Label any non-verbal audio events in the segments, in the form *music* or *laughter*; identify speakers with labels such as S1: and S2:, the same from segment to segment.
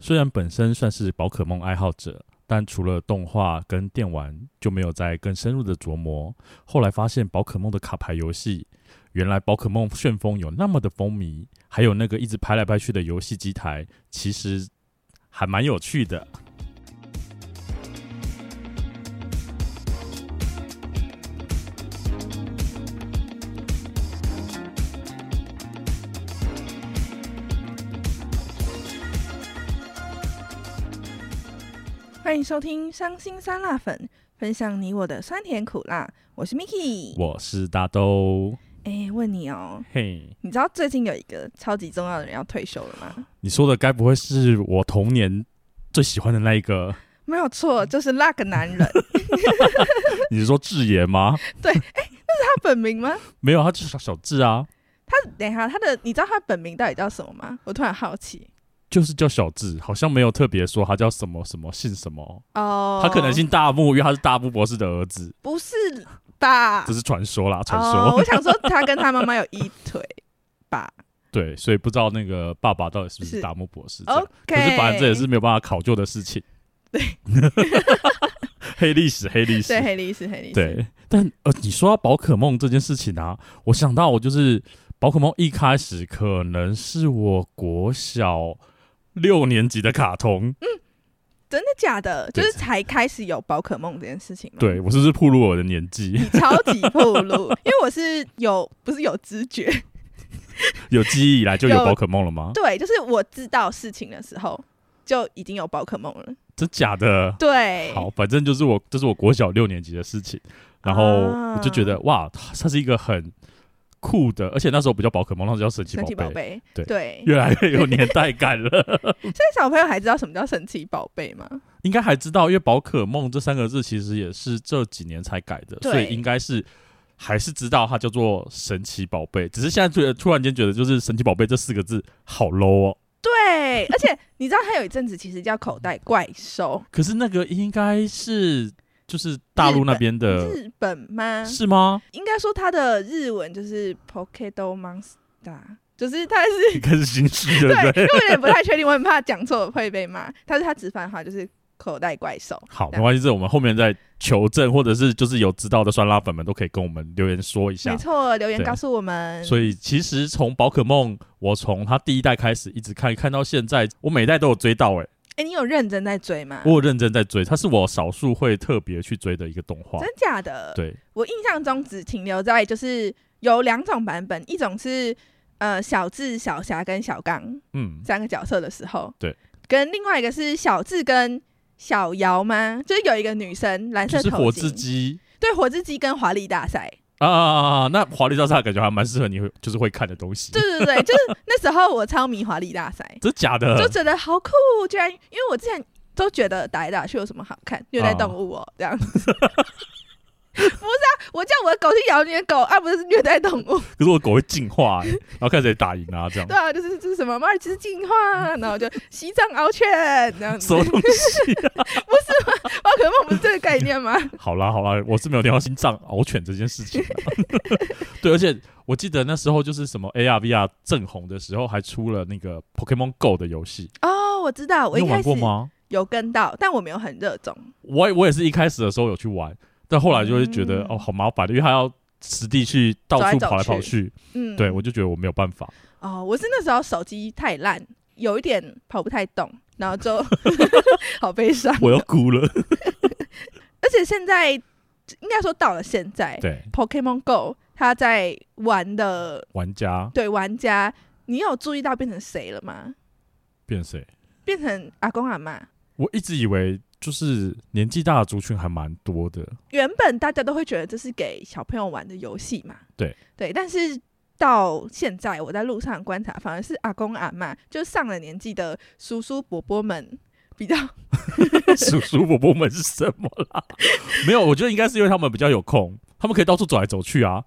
S1: 虽然本身算是宝可梦爱好者，但除了动画跟电玩，就没有再更深入的琢磨。后来发现宝可梦的卡牌游戏，原来宝可梦旋风有那么的风靡，还有那个一直拍来拍去的游戏机台，其实还蛮有趣的。
S2: 欢迎收听《伤心酸辣粉》，分享你我的酸甜苦辣。我是 Miki。
S1: 我是大豆，
S2: 哎，问你哦，
S1: 嘿，
S2: 你知道最近有一个超级重要的人要退休了吗？
S1: 你说的该不会是我童年最喜欢的那一个？
S2: 没有错，就是那个
S1: *laughs*
S2: 男人，他
S1: 你是说智爷吗？
S2: 本名吗？
S1: 没有，他就是小智啊，
S2: 他等一下，他的你知道他本名到底叫什么吗？我突然好奇。
S1: 就是叫小智，好像没有特别说他叫什么什么姓什么。
S2: 哦，
S1: 他可能姓大木，因为他是大木博士的儿子，
S2: 不是吧？
S1: 只是传说啦，传
S2: 啊哦，
S1: 说。
S2: 我想说他跟他妈妈有一腿吧
S1: 对，所以不知道那个爸爸到底 *laughs* 是不是
S2: 是
S1: 大木博士这样。
S2: ？OK，
S1: 可是反正这也是没有办法考究的事情。
S2: 对，
S1: *laughs* 黑历史，黑历史。
S2: 对黑历史，黑历史。
S1: 对，但呃，你说到宝可梦这件事情啊，我想到我就是宝可梦一开始可能是我国小六年级的卡通，
S2: 真的假的？就
S1: 对
S2: 是才开始有宝可梦这件事情吗？
S1: 对我是不是暴露我的年纪？
S2: 你超级暴露，因为我是有不是有知觉， *laughs*
S1: 有记忆以来就有
S2: 有
S1: 宝可梦了吗？
S2: 对，就是我知道事情的时候就已经有宝可梦了，
S1: 真假的？
S2: 对，
S1: 好，反正就是我，这是我国小六年级的事情，然后
S2: 啊
S1: 我就觉得、哇，它它是一个很酷的，而且那时候不叫宝可梦，那时候叫神奇
S2: 神奇宝
S1: 宝贝，
S2: 贝，
S1: 对
S2: 对，
S1: 越来越有年代感了。 *laughs*
S2: 现在小朋友还知道什么叫神奇宝贝吗？
S1: 应该还知道，因为宝可梦这三个字其实也是这几年才改的，
S2: 对
S1: 所以应该是。还是知道它叫做神奇宝贝，只是现在突突然间觉得就是神奇宝贝这四个字好 low 哦。
S2: 对，而且你知道他有一阵子其实叫口袋怪兽，
S1: 可是那个应该是就是大陆那边的，
S2: 日本吗？
S1: 呃是吗？
S2: 应该说它的日文就是 Pocket Monster，就是它是
S1: 应该是新式，对
S2: 对，
S1: 不对？
S2: 因为我有点不太确定，我很怕讲错会被骂。但是它直翻的话就是口袋怪兽。
S1: 好，
S2: 这
S1: 没
S2: 样
S1: 关系，这我们后面再求证，或者是就是有知道的酸辣粉们都可以跟我们留言说一下
S2: 没。错，留言
S1: 对
S2: 告诉我们。
S1: 所以其实从宝可梦，我从它第一代开始一直看，看到现在，我每一代都有追到、欸，
S2: 哎、你有认真在追吗？
S1: 我有认真在追，它是我少数会特别去追的一个动画
S2: 真。假的？
S1: 对，
S2: 我印象中只停留在就是有两种版本，一种是呃小智、小霞跟小刚
S1: 嗯，
S2: 三个角色的时候，
S1: 对，
S2: 跟另外一个是小智跟小瑶吗？就是有一个女生蓝
S1: 就
S2: 色
S1: 是
S2: 头
S1: 火
S2: 巾
S1: 之，鸡
S2: 对，火之鸡跟华丽大赛。
S1: 啊啊啊啊！啊那华丽大厦感觉还蛮适合你，会就是会看的东西。
S2: 对对对，就是那时候我超迷华丽大赛，
S1: 真假的
S2: 就？觉得好酷，居然因为我之前都觉得打来打去有什么好看，虐待动物哦、这样子。不是啊，我叫我的狗去咬你的狗，啊，不是虐待动
S1: *laughs*
S2: 物，
S1: 可是我的狗会进化、欸，然后看谁打赢啊，这样
S2: 对。啊，就是就是什么马尔济斯进化，然后就西藏獒犬这样
S1: *laughs*
S2: 子
S1: 什，么东西、啊？
S2: 宝可梦不是这个概念吗？ *laughs*
S1: 好啦好啦，我是没有聊到心脏獒犬这件事情啊。对，而且我记得那时候就是什么 AR VR 正红的时候，还出了那个 Pokemon Go 的游戏，
S2: 哦，我知道，我
S1: 你
S2: 一
S1: 有
S2: 开
S1: 玩
S2: 始
S1: 过吗？
S2: 有跟到，但我没有很热衷。
S1: 我也我也是一开始的时候有去玩，但后来就会觉得、
S2: 嗯
S1: 哦好麻烦的，因为它要实地去到处
S2: 走来走
S1: 跑来跑
S2: 去
S1: 去，
S2: 嗯，
S1: 对我就觉得我没有办法。 *laughs*
S2: 哦，我是那时候手机太烂，有一点跑不太动，然后 *laughs* 就好悲伤。
S1: 我要哭了。 *laughs*
S2: 而且现在应该说到了现在
S1: 对，
S2: ，Pokemon Go 它在玩的
S1: 玩家
S2: 对玩家，你有注意到变成谁了吗？
S1: 变谁？
S2: 变成阿公阿妈。
S1: 我一直以为就是年纪大的族群还蛮多的，
S2: 原本大家都会觉得这是给小朋友玩的游戏嘛，
S1: 对
S2: 对，但是到现在我在路上观察，反而是阿公阿妈，就上了年纪的叔叔伯伯们比较 *laughs*
S1: *laughs* 叔叔伯伯们是什么啦？ *laughs* 没有，我觉得应该是因为他们比较有空，他们可以到处走来走去啊。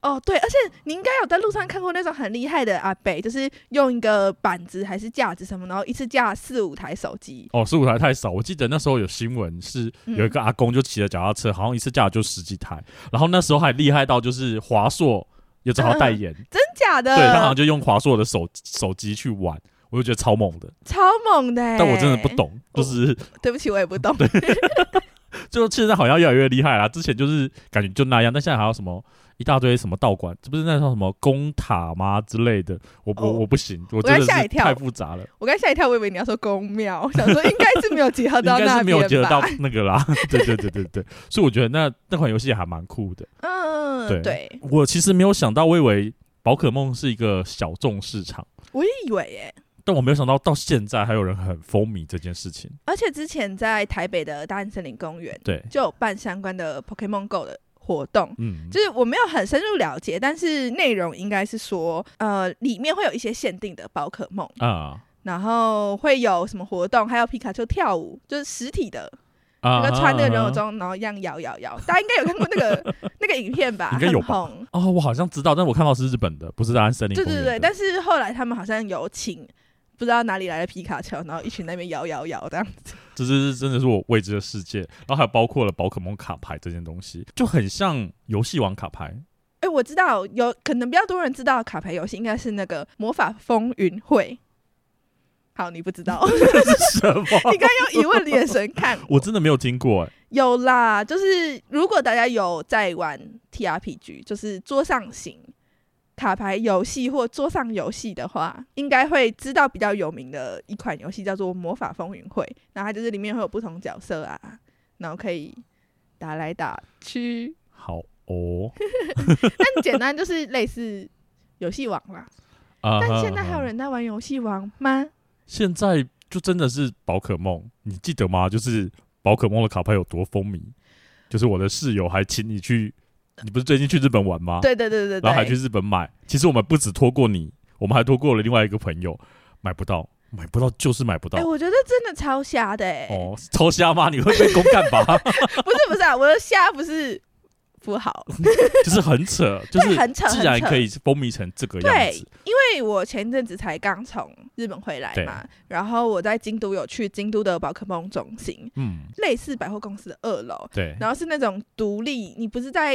S2: 哦，对，而且你应该有在路上看过那种很厉害的阿伯，就是用一个板子还是架子什么，然后一次架四五台手机。
S1: 哦，十五台太少。我记得那时候有新闻是
S2: 嗯
S1: 有一个阿公就骑着脚踏车，好像一次架就十几台，然后那时候还厉害到就是华硕也找他代言，
S2: 真假的？
S1: 对他好像就用华硕的手手机去玩。我就觉得超猛的，
S2: 超猛的、欸。
S1: 但我真的不，懂，
S2: 我
S1: 就是
S2: 对不起，我也不懂。
S1: 就现在好像越来越厉害啦。之前就是感觉就那样，但现在还有什么一大堆什么道馆，这不是那叫什么宫塔吗之类的？我我、
S2: 哦
S1: 我不行，我真的
S2: 吓
S1: 是
S2: 一跳
S1: 太复杂了，
S2: 我刚吓一跳，我以为你要说公庙，我想说应该是没有结合
S1: *laughs* 应
S2: 到
S1: 该
S2: 那
S1: 是没有
S2: 边
S1: 接得
S2: 吧
S1: 到那个啦。对对对对对，所以我觉得那那款游戏还蛮酷的。
S2: 嗯，
S1: 对
S2: 对，
S1: 我其实没有想到，我以为宝可梦是一个小众市场，
S2: 我也以为耶、
S1: 但我没有想到到现在还有人很风靡这件事情。
S2: 而且之前在台北的大安森林公园
S1: 对，
S2: 就有办相关的 Pokemon Go 的活动。
S1: 嗯，
S2: 就是我没有很深入了解，但是内容应该是说，呃，里面会有一些限定的宝可梦，
S1: 啊
S2: 然后会有什么活动，还有皮卡丘跳舞，就是实体的，
S1: 啊，
S2: 那个穿那个人偶
S1: 啊啊
S2: 装，然后一样摇摇摇。大家应该有看过
S1: *laughs*
S2: 那个那个影片吧？
S1: 应该有吧
S2: 很红。
S1: 啊哦，我好像知道，但我看到是日本的，不是大安森林
S2: 对
S1: 公园
S2: 对
S1: 的。
S2: 对，但是后来他们好像有请不知道哪里来的皮卡丘，然后一群在那边摇摇摇这样。
S1: 这是真的是我未知的世界，然后还有包括了宝可梦卡牌这件东西，就很像游戏王卡牌 *laughs*
S2: 哎、我知道有可能比较多人知道的卡牌游戏应该是那个魔法风云会。好，你不
S1: *laughs*
S2: 知道，
S1: 是什么？
S2: *laughs* 你刚用疑问的眼神看
S1: *laughs* 我真的没有听过哎、
S2: 有啦，就是如果大家有在玩 TRPG，就是桌上型卡牌游戏或桌上游戏的话，应该会知道比较有名的一款游戏叫做《魔法风云会》，然后它就是里面会有不同角色啊，然后可以打来打
S1: *laughs*
S2: 去，
S1: 好哦，
S2: 但简单就是类似游戏王啦。
S1: *laughs* 啊
S2: *laughs* 但
S1: 哈啊
S2: 现在还有人在玩游戏王吗？
S1: 现在就真的是宝可梦，你记得吗？就是宝可梦的卡牌有多风靡，就是我的室友还请你去，你不是最近去日本玩吗？
S2: 对对对对
S1: 然后还去
S2: 对，
S1: 日本买。其实我们不止拖过你，我们还拖过了另外一个朋友，买不到，买不到就是买不到。
S2: 哎、我觉得真的超瞎的哎、
S1: 哦，超瞎吗？你会被公干吧？
S2: 不是不是啊，我的瞎不是不好，
S1: 就是很扯，就是
S2: 很扯
S1: 既然
S2: 很扯
S1: 可以风靡成这个样
S2: 对
S1: 子，，
S2: 因为我前阵子才刚从日本回来嘛，然后我在京都有去京都的宝可梦中心，
S1: 嗯，
S2: 类似百货公司的二楼，
S1: 对，
S2: 然后是那种独立，你不是在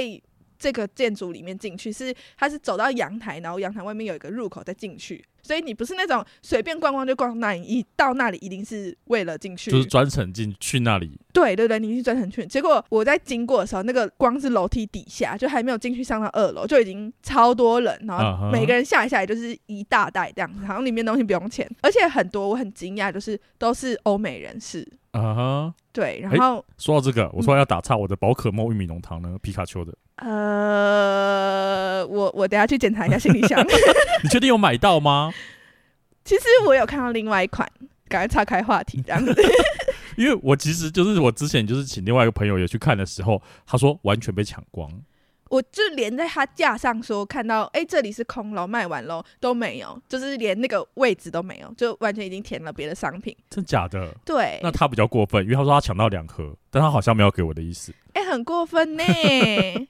S2: 这个建筑里面进去，是它是走到阳台，然后阳台外面有一个入口再进去，所以你不是那种随便逛逛就逛那里，你一到那里一定是为了进去，
S1: 就是专程进去那里，
S2: 对对对，你去转乘去。结果我在经过的时候，那个光是楼梯底下就还没有进去上到二楼，就已经超多人，然
S1: 啊哈
S2: 后每个人下来下来就是一大袋这样子，好像里面东西不用钱，而且很多我很惊讶，就是都是欧美人士。
S1: 啊哈。诶
S2: 对，然后、
S1: 说到这个，我
S2: 嗯
S1: 突然要打岔，我的宝可梦玉米浓汤呢？皮卡丘的，
S2: 呃，我我等下去检查一下行
S1: *laughs*
S2: 李箱。
S1: 你确定有买到吗？
S2: 其实我有看到另外一款，赶快岔开话题这样子。
S1: *laughs* 因为我其实就是我之前就是请另外一个朋友也去看的时候，他说完全被抢光，
S2: 我就连在他架上说看到，哎、这里是空楼，卖完喽都没有，就是连那个位置都没有，就完全已经填了别的商品。
S1: 真假的？
S2: 对，
S1: 那他比较过分，因为他说他抢到两盒，但他好像没有给我的意思。
S2: 哎、很过分呢，因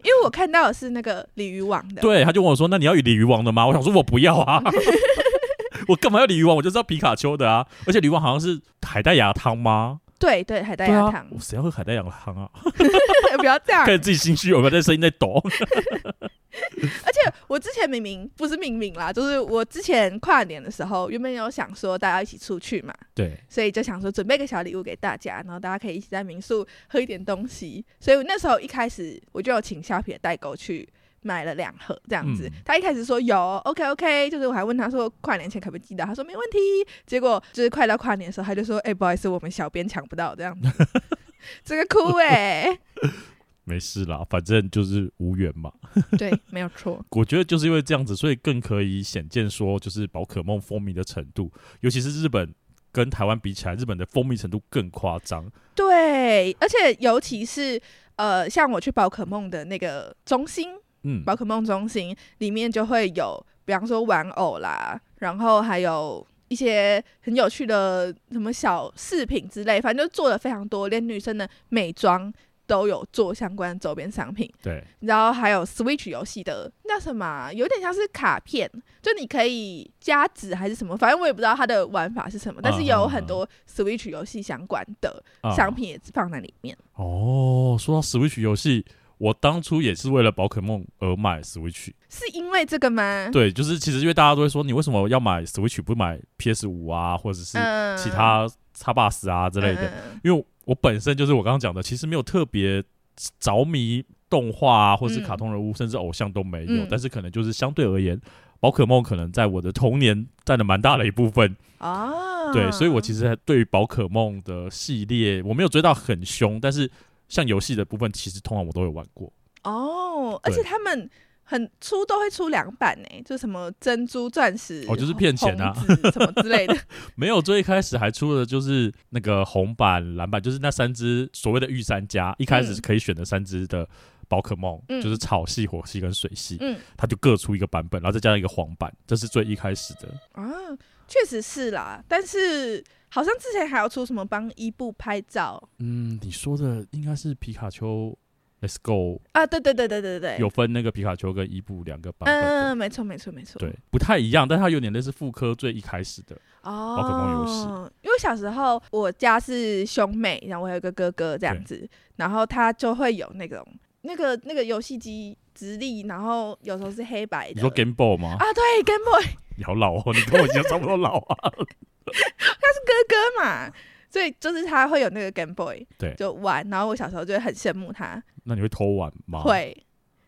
S2: 为我看到的是那个鲤鱼网的，
S1: 对，他就问我说：“那你要鲤鱼王的吗？”我想说：“我不要
S2: *laughs*
S1: 啊，我干嘛要鲤鱼王？我就知道皮卡丘的啊，而且鲤鱼王好像是海带芽汤吗？
S2: 对对，海带
S1: 对
S2: 芽
S1: 啊
S2: 糖，
S1: 我，谁要喝海带芽汤啊？
S2: *laughs*
S1: *laughs*
S2: 不要这样。
S1: 看自己心虚有没有？在声音在抖。 *laughs*
S2: 而且我之前明明不是明明啦，就是我之前跨年的时候，原本有想说大家一起出去嘛，
S1: 对，
S2: 所以就想说准备个小礼物给大家，然后大家可以一起在民宿喝一点东西。所以我那时候一开始我就有请虾皮的代购去买了两盒这样子。
S1: 嗯
S2: 他一开始说有 OK OK，就是我还问他说跨年前可不可以寄到，他说没问题。结果就是快到跨年的时候，他就说哎、不好意思，我们小编抢不到这 *laughs* 样子。这个哭哎、
S1: 没事啦，反正就是无缘嘛。
S2: 对，没有错，
S1: 我觉得就是因为这样子，所以更可以显见说，就是宝可梦风靡的程度，尤其是日本跟台湾比起来，日本的风靡程度更夸张。
S2: 对，而且尤其是呃，像我去宝可梦的那个中心，
S1: 嗯，
S2: 宝可梦中心里面就会有，比方说玩偶啦，然后还有一些很有趣的什么小饰品之类，反正就做了非常多，连女生的美妆都有做相关的周边商品。
S1: 对，
S2: 然后还有 Switch 游戏的那什么啊，有点像是卡片，就你可以加值还是什么，反正我也不知道它的玩法是什么，但是有很多 Switch 游戏相关的
S1: 啊
S2: 商品也是放在里面。
S1: 哦，说到 Switch 游戏，我当初也是为了宝可梦而买 Switch，
S2: 是因为这个吗？
S1: 对，就是其实因为大家都会说，你为什么要买 Switch 不买 PS 五啊，或者是
S2: 嗯，
S1: 其他 Xbox 啊之类的？
S2: 嗯，嗯嗯
S1: 因为我本身就是我刚刚讲的，其实没有特别着迷动画啊，或是卡通人物，甚至偶像都没有。
S2: 嗯
S1: 但是可能就是相对而言，宝可梦可能在我的童年占了蛮大的一部分。
S2: 哦，
S1: 对，所以我其实对于宝可梦的系列，我没有追到很凶，但是像游戏的部分，其实通常我都有玩过。
S2: 哦，而
S1: 对
S2: 且他们很出都会出两版呢、就什么珍珠、钻石，
S1: 哦就是骗钱啊
S2: 红紫什么之类
S1: *laughs*
S2: 的。
S1: 没有，最一开始还出的就是那个红版、蓝版，就是那三只所谓的御三家，一开始可以选的三只的宝可梦，
S2: 嗯
S1: 就是草系、火系跟水系，
S2: 嗯
S1: 它就各出一个版本，然后再加上一个黄版，这是最一开始的。
S2: 啊，确实是啦，但是好像之前还要出什么帮伊布拍照
S1: 嗯，你说的应该是皮卡丘，Let's Go
S2: 啊，对对对对对对，
S1: 有分那个皮卡丘跟伊布两个版本的。
S2: 嗯，没错没错没错，
S1: 对，不太一样，但它有点类似复刻最一开始的，
S2: 哦，
S1: 宝可梦游戏
S2: 因为小时候我家是兄妹，然后我有一个哥哥这样子，然后他就会有那种那个那个游戏机直立，然后有时候是黑白的。
S1: 你说 Game Boy 吗？
S2: 啊，对，Game Boy
S1: 你好老哦， *laughs* 你跟我已经差不多老
S2: *laughs*
S1: 啊。
S2: 哥哥嘛，所以就是他会有那个 Game Boy，
S1: 对
S2: 就玩。然后我小时候就会很羡慕他，
S1: 那你会偷玩吗？。
S2: 会，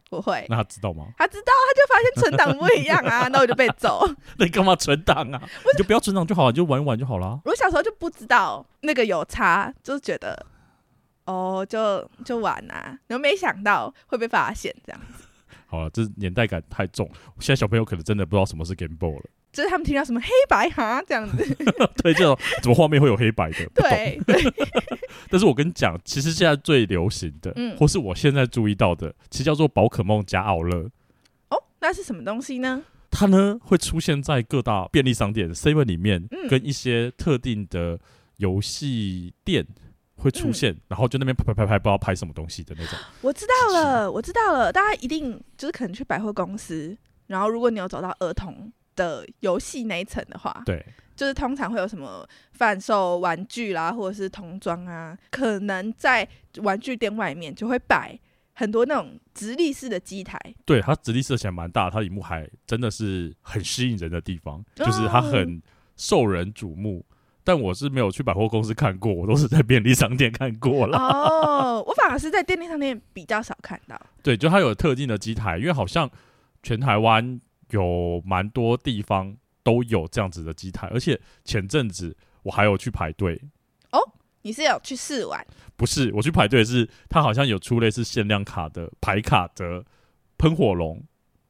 S2: 我会。
S1: 那他知道吗？ *laughs*
S2: 他知道，他就发现存档不一样啊，那我就被揍。 *laughs*
S1: 那你干嘛存档啊？你就不要存档就好，你就玩一玩就好啦。
S2: 我小时候就不知道那个有差，就是觉得哦，就就玩啊，然后没想到会被发现这样。
S1: 好了，这年代感太重，现在小朋友可能真的不知道什么是 Game Boy 了。 *laughs*
S2: 就是他们听到什么黑白哈这样子，
S1: 对，这种怎么画面会有黑白的？不懂。
S2: 对对，
S1: 但是我跟你讲，其实现在最流行的，
S2: 嗯
S1: 或是我现在注意到的，其实叫做宝可梦加奥乐。
S2: 哦，那是什么东西呢？
S1: 它呢会出现在各大便利商店 Seven 里面，
S2: 嗯
S1: 跟一些特定的游戏店会
S2: 嗯
S1: 出现，然后就那边拍拍拍拍，不知道拍什么东西的
S2: *laughs*
S1: 那种。
S2: 我知道了，我知道了，大家一定就是可能去百货公司，然后如果你有找到儿童的游戏那一层的话，
S1: 对，
S2: 就是通常会有什么贩售玩具啦，或者是童装啊，可能在玩具店外面就会摆很多那种直立式的
S1: *laughs*
S2: 机台，
S1: 对，它直立射显蛮大，它的荧幕还真的是很吸引人的地方，就是
S2: 哦
S1: 它很受人瞩目。但我是没有去百货公司看过，我都是在便利商店看过啦。
S2: 哦，我反而是在电梯上面比较少看到，
S1: 对，就它有特定的机台，因为好像全台湾有蛮多地方都有这样子的机台，而且前阵子我还有去排队，
S2: 你是有去试玩
S1: 不是我去排队是它好像有出类似限量卡的牌卡的喷火龙，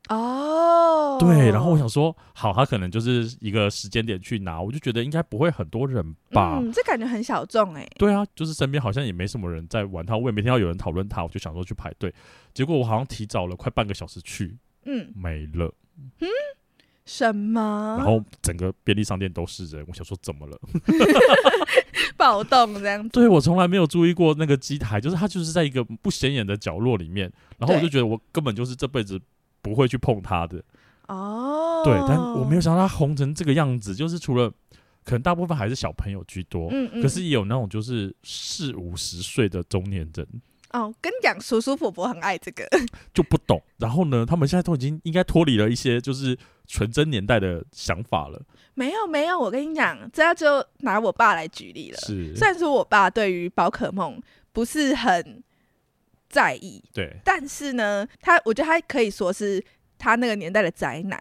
S2: 哦？
S1: 对，然后我想说，好，他可能就是一个时间点去拿，我就觉得应该不会很多人吧。
S2: 嗯，这感觉很小众哎、
S1: 对啊，就是身边好像也没什么人在玩它，我也没听到有人讨论它，我就想说去排队，结果我好像提早了快半个小时去，
S2: 嗯，
S1: 没了，
S2: 什么？
S1: 然后整个便利商店都是人，我想说怎么了？
S2: *laughs*
S1: *laughs*
S2: 暴动这样子。
S1: 对我从来没有注意过那个机台，就是它就是在一个不显眼的角落里面，然后我就
S2: 对
S1: 觉得我根本就是这辈子不会去碰它的，
S2: 哦，
S1: 对，但我没有想到它红成这个样子，就是除了可能大部分还是小朋友居多，
S2: 嗯嗯，
S1: 可是也有那种就是四五十岁的中年人
S2: 哦，跟你讲，叔叔伯伯很爱这个， *laughs*
S1: 就不懂，然后呢，他们现在都已经应该脱离了一些就是纯真年代的想法了，
S2: 没有没有，我跟你讲，这要就拿我爸来举例了。
S1: 是，
S2: 虽然说我爸对于宝可梦不是很在意，
S1: 对，
S2: 但是呢，他我觉得他可以说是他那个年代的宅男。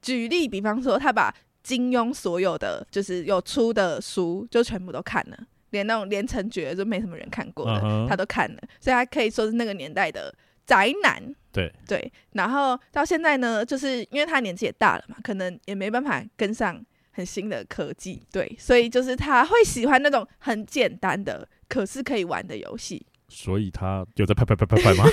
S2: 举例，比方说，他把金庸所有的就是有出的书就全部都看了，连那种《连城诀》就没什么人看过的
S1: 嗯哼
S2: 他都看了，所以他可以说是那个年代的宅男。
S1: 对
S2: 对，然后到现在呢，就是因为他年纪也大了嘛，可能也没办法跟上很新的科技，对，所以就是他会喜欢那种很简单的，可是可以玩的游戏。
S1: 所以他有在拍拍拍拍 *laughs* 拍吗？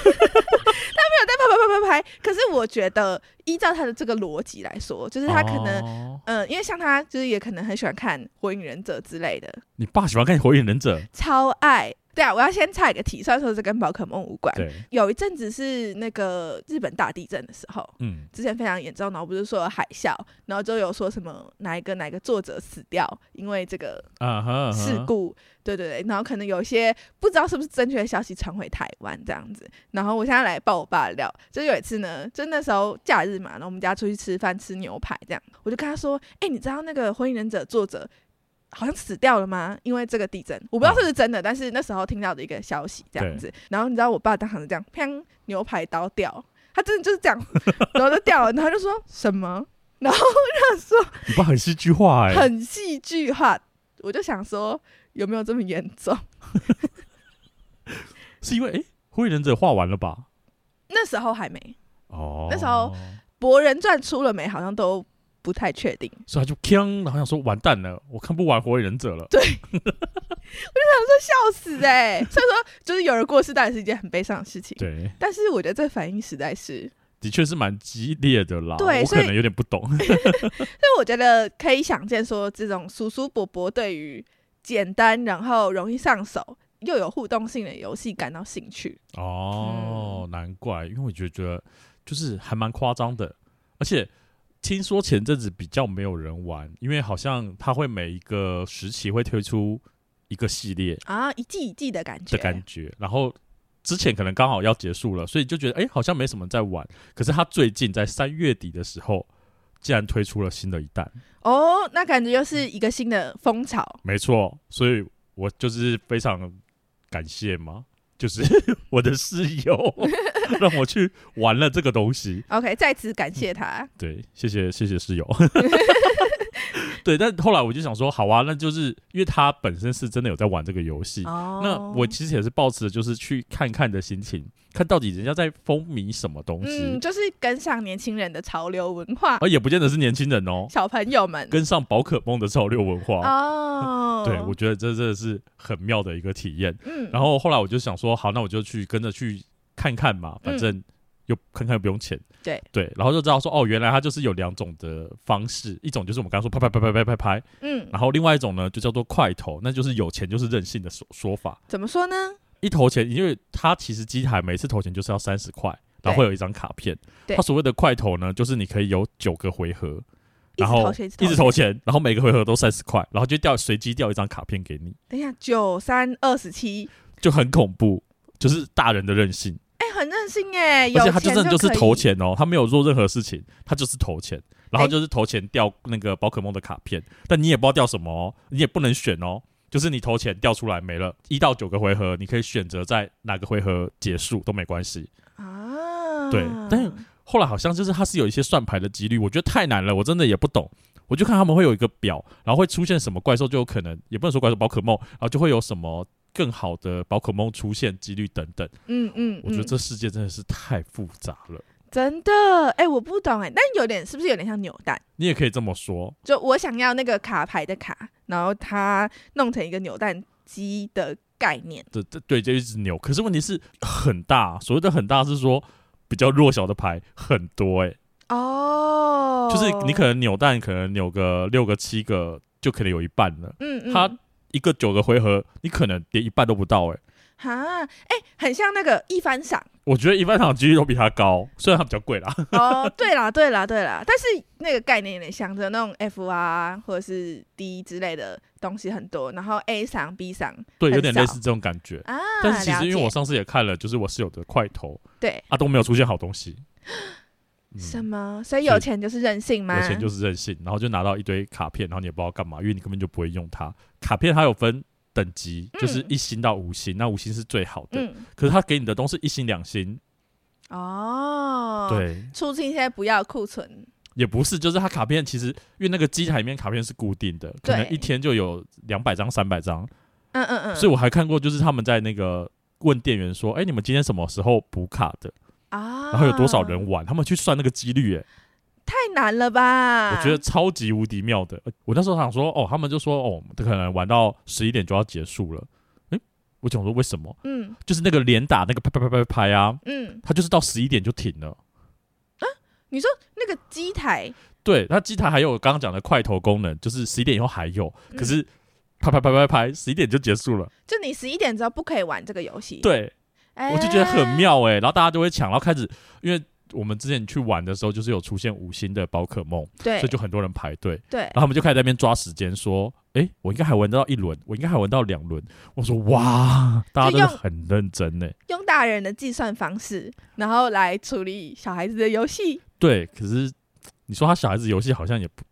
S2: 拍拍拍拍拍。可是我觉得，依照他的这个逻辑来说，就是他可能，
S1: 能，
S2: 嗯、因为像他就是也可能很喜欢看《火影忍者》之类的， *laughs*
S1: 你爸喜欢看《火影忍者》，
S2: 超爱。对啊，我要先插一个题，虽然说这跟宝可梦无关。
S1: 对，
S2: 有一阵子是那个日本大地震的时候，
S1: 嗯，
S2: 之前非常严重，然后不是说有海啸，然后就有说什么哪一个哪一个作者死掉，因为这个
S1: 啊哈，啊哈
S2: 事，故，对对对，然后可能有一些不知道是不是正确的消息传回台湾这样子。然后我现在来爆我爸的料，就有一次呢，就那时候假日嘛，然后我们家出去吃饭吃牛排这样，我就跟他说：“哎、你知道那个《火影忍者》作者好像死掉了吗？因为这个地震，我不知道是不是真的，但是那时候听到的一个消息这样子。然后你知道我爸当场是这样，砰，牛排刀掉，他真的就是这样， *laughs* 然后就掉了，然后他就说什么，然后我就想说。”
S1: 你爸很戏剧化哎，
S2: 很戏剧化。我就想说，有没有这么严重？
S1: 是因为哎，火影忍者画完了吧？
S2: 那时候还没，
S1: 哦，
S2: 那时候，《博人传》出了没？好像都不太确定。
S1: 所以他就锵，然后想说完蛋了，我看不完火影忍者了，
S2: 笑死哎、 *laughs* 欸！所以说，就是有人过世，当然是一件很悲伤的事情。
S1: 对，
S2: 但是我觉得这反应实在是，
S1: 的确是蛮激烈的啦，
S2: 对
S1: 我
S2: 所以
S1: 可能有点不
S2: *laughs*
S1: 懂，
S2: 所以我觉得可以想见说，这种叔叔伯伯对于简单然后容易上手又有互动性的游戏感到兴趣。嗯
S1: 哦，难怪，因为我觉得就是还蛮夸张的，而且听说前阵子比较没有人玩，因为好像他会每一个时期会推出一个系列
S2: 啊，一季一季的感觉，
S1: 的感觉，然后之前可能刚好要结束了，所以就觉得哎、诶好像没什么人在玩。可是他最近在三月底的时候，竟然推出了新的一代，
S2: 哦，那感觉又是一个新的风潮。
S1: 没错，所以我就是非常感谢嘛， *laughs* 就是我的室友 *laughs* 让我去玩了这个东西。
S2: OK，在此感谢他。
S1: 对，谢谢谢谢室友。 *laughs* 对，但后来我就想说，好啊，那就是因为他本身是真的有在玩这个游戏，
S2: 哦，
S1: 那我其实也是抱持着就是去看看的心情，看到底人家在风靡什么东西，
S2: 嗯，就是跟上年轻人的潮流文化，
S1: 而也不见得是年轻人哦，
S2: 小朋友们
S1: 跟上宝可梦的潮流文化。*laughs*
S2: 哦，
S1: 对，我觉得这真的是很妙的一个体验。
S2: 嗯，
S1: 然后后来我就想说，好，那我就去跟着去看看嘛，反正又看看又不用钱。
S2: 嗯对
S1: 对，然后就知道说，哦，原来它就是有两种的方式，一种就是我们刚刚说拍拍拍拍拍拍拍，
S2: 嗯，
S1: 然后另外一种呢，就叫做块头，那就是有钱就是任性的说说法。
S2: 怎么说呢？
S1: 一投钱，因为它其实机台每次投钱就是要三十块，然后会有一张卡片。
S2: 对
S1: 它所谓的块头呢，就是你可以有九个回合，
S2: 一
S1: 然
S2: 直
S1: 后
S2: 投钱，
S1: 一直投钱，然后每个回合都三十块，然后就掉随机掉一张卡片给你，
S2: 等一下，九三二十七，
S1: 就很恐怖，就是大人的任性。
S2: 哎，很任性哎，有
S1: 而且
S2: 钱
S1: 他就真的就是
S2: 可以
S1: 投，钱哦，他没有做任何事情，他就是投钱，然后就是投钱掉那个宝可梦的卡片，但你也不知道掉什么哦，你也不能选哦，就是你投钱掉出来没了，一到九个回合，你可以选择在哪个回合结束都没关系。
S2: 啊，
S1: 对但后来好像就是它是有一些算牌的几率，我觉得太难了，我真的也不懂。我就看他们会有一个表，然后会出现什么怪兽，就有可能也不能说怪兽宝可梦，然后就会有什么更好的宝可梦出现几率等等。
S2: 嗯嗯，
S1: 我觉得
S2: 嗯
S1: 这世界真的是太复杂了，
S2: 真的，哎，我不懂哎，但有点是不是有点像扭蛋？
S1: 你也可以这么说。
S2: 就我想要那个卡牌的卡，然后它弄成一个扭蛋机的概念，
S1: 对对对，就一直扭。可是问题是很大，所谓的很大是说比较弱小的牌很多、欸，
S2: 哦，
S1: 就是你可能扭蛋，可能扭个六个七个，就可能有一半了。
S2: 嗯嗯，
S1: 它一个九个回合，你可能连一半都不到、欸，
S2: 哈，哎、很像那个一番赏
S1: 我觉得一半场几率都比它高，虽然它比较贵
S2: *laughs*
S1: 啦。
S2: 哦。对啦，对啦，对啦，但是那个概念有点像，着那种 F 啊或者是 D 之类的东西很多，然后 A 赏 B 赏
S1: 对，
S2: 很
S1: 有点类
S2: 少
S1: 似这种感觉。
S2: 啊。
S1: 但是其实因为我
S2: 了解
S1: 上次也看了，就是我室友的块头
S2: 对、
S1: 啊都没有出现好东西，嗯
S2: 什么，所以
S1: 所以
S2: 有钱就是任性吗？
S1: 有钱就是任性，然后就拿到一堆卡片，然后你也不知道干嘛，因为你根本就不会用它。卡片它有分等级，
S2: 嗯
S1: 就是一星到五星，那五星是最好的，
S2: 嗯
S1: 可是它给你的都是一星两星，
S2: 哦，，
S1: 对，
S2: 促进现在不要库存，
S1: 也不是，就是它卡片其实因为那个机台里面卡片是固定的，可能
S2: 对
S1: 一天就有两百张、三百张，
S2: 嗯嗯嗯，
S1: 所以我还看过，就是他们在那个。问店员说：“哎、你们今天什么时候补卡的？
S2: 啊，
S1: 然后有多少人玩？他们去算那个几率、哎。
S2: 太难了吧？
S1: 我觉得超级无敌妙的。呃我那时候想说，哦，他们就说，哦，可能玩到十一点就要结束了。诶，我想说为什么？
S2: 嗯
S1: 就是那个连打那个拍拍拍拍拍啊，
S2: 嗯，
S1: 他就是到十一点就停了。
S2: 你说那个机台
S1: 对，它机台还有我刚刚讲的快投功能，就是十一点以后还有，
S2: 嗯
S1: 可是拍拍拍拍拍，十一点就结束了。
S2: 就你十一点之后不可以玩这个游戏。，
S1: 对，我就觉得很。妙哎、然后大家就会抢，然后开始，因为我们之前去玩的时候，就是有出现五星的宝可梦，
S2: 哎对，
S1: 所以就很多人排队，
S2: 对
S1: 然后他们就开始在那边抓时间，说，哎、我应该还玩到一轮，我应该还玩到两轮。我说哇，大家
S2: 就
S1: 真的
S2: 用
S1: 很认真欸呢、
S2: 用大人的计算方式，然后来处理小孩子的游戏。
S1: 对，可是你说他小孩子游戏好像也不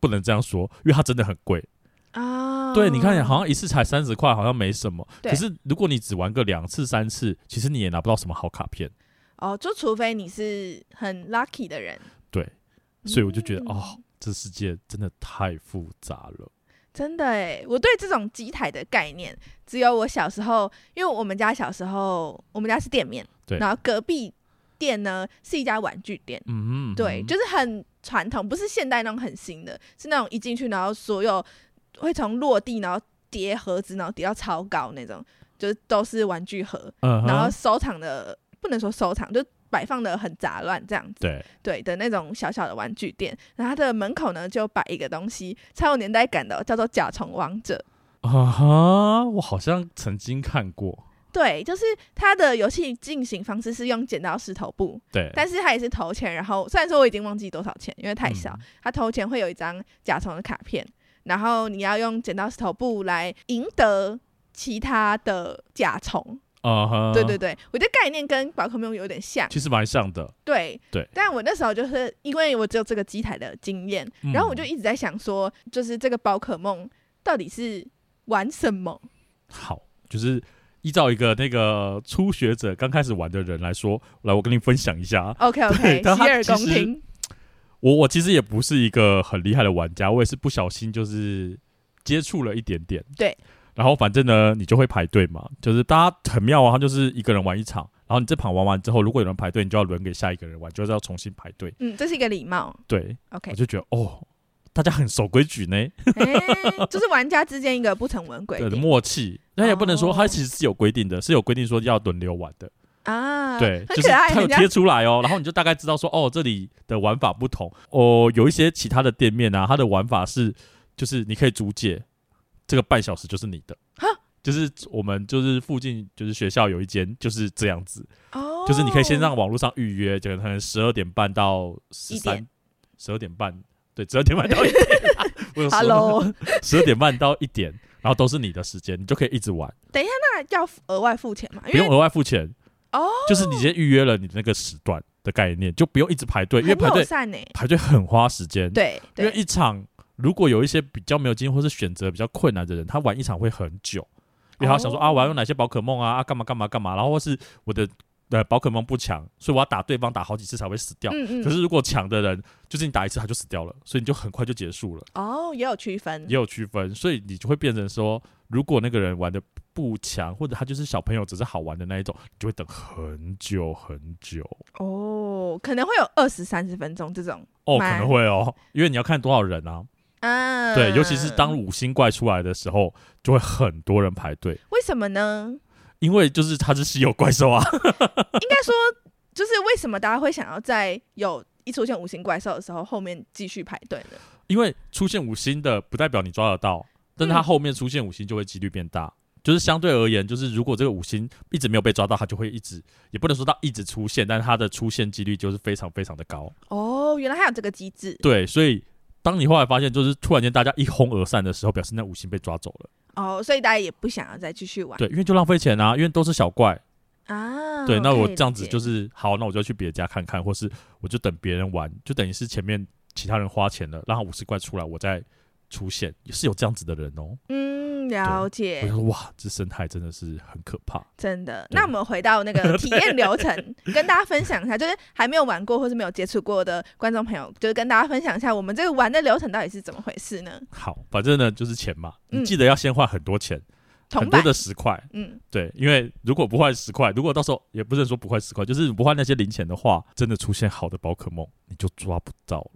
S1: 不能这样说，因为它真的很贵。
S2: 啊、
S1: 对，你看好像一次才三十块，好像没什么。
S2: 对
S1: 可是如果你只玩个两次、三次，其实你也拿不到什么好卡片。
S2: 哦，就除非你是很 lucky 的人，
S1: 对，所以我就觉得、
S2: 嗯
S1: 哦，这世界真的太复杂了。
S2: 真的诶，我对这种机台的概念，只有我小时候，因为我们家小时候，我们家是店面，
S1: 对
S2: 然后隔壁店呢是一家玩具店，
S1: 嗯，
S2: 对，
S1: 嗯
S2: 就是很传统，不是现代那种很新的，是那种一进去然后所有会从落地然后叠盒子，然后叠到超高那种，就是都是玩具盒，
S1: 嗯哼
S2: 然后收藏的不能说收藏，就摆放的很杂乱这样子。
S1: 对，
S2: 对的那种小小的玩具店，然后它的门口呢就摆一个东西，超有年代感的哦，叫做《甲虫王者》。
S1: 啊哈，我好像曾经看过，
S2: 对，就是它的游戏进行方式是用剪刀石头布，
S1: 对，
S2: 但是它也是投钱，然后虽然说我已经忘记多少钱，因为太少，
S1: 嗯
S2: 它投钱会有一张甲虫的卡片，然后你要用剪刀石头布来赢得其他的甲虫。
S1: 啊哈，
S2: 对对，对，我觉得概念跟宝可梦有点像。
S1: 其实蛮像的。
S2: 对
S1: 对
S2: 但我那时候就是因为我只有这个机台的经验，
S1: 嗯
S2: 然后我就一直在想说，就是这个宝可梦到底是玩什么？
S1: 好，就是依照一个那个初学者刚开始玩的人来说，来，我跟你分享一下，
S2: OK OK，
S1: 对但
S2: 洗
S1: 它
S2: 耳
S1: 其
S2: 恭
S1: 实
S2: 听。
S1: 我我其实也不是一个很厉害的玩家，我也是不小心就是接触了一点点。
S2: 对。
S1: 然后反正呢，你就会排队嘛，就是大家很妙啊，他就是一个人玩一场，然后你这场玩完之后，如果有人排队，你就要轮给下一个人玩，就是要重新排队。
S2: 嗯，这是一个
S1: *laughs*
S2: 礼貌。
S1: 对，
S2: OK，
S1: 我就觉得哦，大家很守规矩呢，
S2: 哎就是玩家之间一个不成文规
S1: 对
S2: 定
S1: 默契。那也不能说
S2: 哦
S1: 它其实是有规定的，是有规定说要轮流玩的。
S2: 啊，
S1: 对，
S2: 很
S1: 就
S2: 可
S1: 是
S2: 爱，
S1: 它有
S2: 人家
S1: 贴出来哦，然后你就大概知道说，哦，这里的玩法不同哦。有一些其他的店面啊，它的玩法是，就是你可以租借这个半小时就是你的
S2: 哈，
S1: 就是我们就是附近就是学校有一间就是这样子，
S2: 哦，
S1: 就是你可以先让网络上预约，就可能十二点半到十
S2: 一点
S1: 三，十二点半，对，十二点半到一点啊
S2: *laughs*
S1: 我有说
S2: Hello，
S1: *laughs* 十二点半到一点，然后都是你的时间，你就可以一直玩，
S2: 那要额外付钱嘛？
S1: 不
S2: 因
S1: 用
S2: 为
S1: 额外付钱。
S2: 哦，
S1: 就是你先预约了你的那个时段的概念，就不用一直排队，因为
S2: 很
S1: 排
S2: 友
S1: 队
S2: 善呢。欸
S1: 排队很花时间。，
S2: 对
S1: 因为
S2: 对
S1: 一场如果有一些比较没有经验或是选择比较困难的人，他玩一场会很久，因为他想说、
S2: 哦
S1: 啊，我要用哪些宝可梦啊，啊干嘛干嘛干嘛，然后或是我的呃宝可梦不强，所以我要打对方打好几次才会死掉。
S2: 嗯
S1: 可
S2: 嗯，
S1: 是如果强的人，就是你打一次他就死掉了，所以你就很快就结束了，
S2: 哦，也有区分
S1: 也有区分，所以你就会变成说，如果那个人玩的不强，或者他就是小朋友只是好玩的那一种，你就会等很久很久。
S2: 哦，可能会有二十三十分钟这种，
S1: 哦，可
S2: 蛮
S1: 能会哦，因为你要看多少人啊。
S2: 嗯，
S1: 对，尤其是当五星怪出来的时候，就会很多人排队，
S2: 为什么呢？
S1: 因为就是它是稀有怪兽啊。
S2: 应该说，就是为什么大家会想要在有一出现五星怪兽的时候后面继续排队呢？
S1: 因为出现五星的不代表你抓得到，
S2: 嗯
S1: 但是它后面出现五星就会几率变大。就是相对而言，就是如果这个五星一直没有被抓到，它就会一直，也不能说到一直出现，但是它的出现几率就是非常非常的高。
S2: 哦，原来还有这个机制
S1: 对，所以当你后来发现，就是突然间大家一哄而散的时候，表示那五星被抓走了。
S2: 哦，所以大家也不想要再继续玩
S1: 对，因为就浪费钱啊，因为都是小怪，
S2: 啊。
S1: 对，那
S2: 可以
S1: 我
S2: 理
S1: 这样子
S2: 解
S1: 就是好，那我就去别家看看，或是我就等别人玩，就等于是前面其他人花钱了，让他五十块出来，我再出现，也是有这样子的人哦、
S2: 嗯了解
S1: 我就，说哇，这生态真的是很可怕。
S2: 真的。
S1: 对
S2: 那我们回到
S1: *laughs*
S2: 那个体验流程，跟大家分享一下，就是还没有玩过或是没有接触过的观众朋友，就是跟大家分享一下我们这个玩的流程到底是怎么回事呢？
S1: 好，反正呢就是钱嘛，
S2: 嗯
S1: 你记得要先换很多钱，
S2: 同
S1: 很多
S2: 伴，
S1: 的十块，
S2: 嗯，
S1: 对，因为如果不换十块，如果到时候也不是说不换十块，就是不换那些零钱的话，真的出现好的宝可梦你就抓不到了，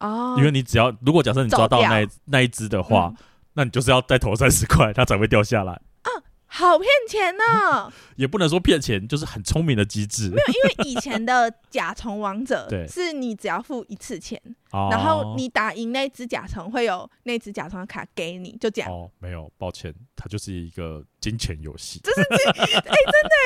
S2: 哦，
S1: 因为你只要如果假设你抓
S2: 走
S1: 到
S2: 掉嗯
S1: 那一那一只的话，那你就是要再投三十块，它才会掉下来。
S2: 啊好骗钱
S1: *laughs*
S2: 呢、
S1: 也不能说骗钱，就是很聪明的机制。
S2: 因为以前的甲虫王
S1: *laughs*
S2: 者
S1: 对
S2: 是你只要付一次钱，
S1: 哦
S2: *laughs* 然后你打赢那只甲虫，会有那只甲虫的卡给你，就这样。
S1: 哦，没有，抱歉，它就是一个金钱游戏。
S2: 这是金，哎、真的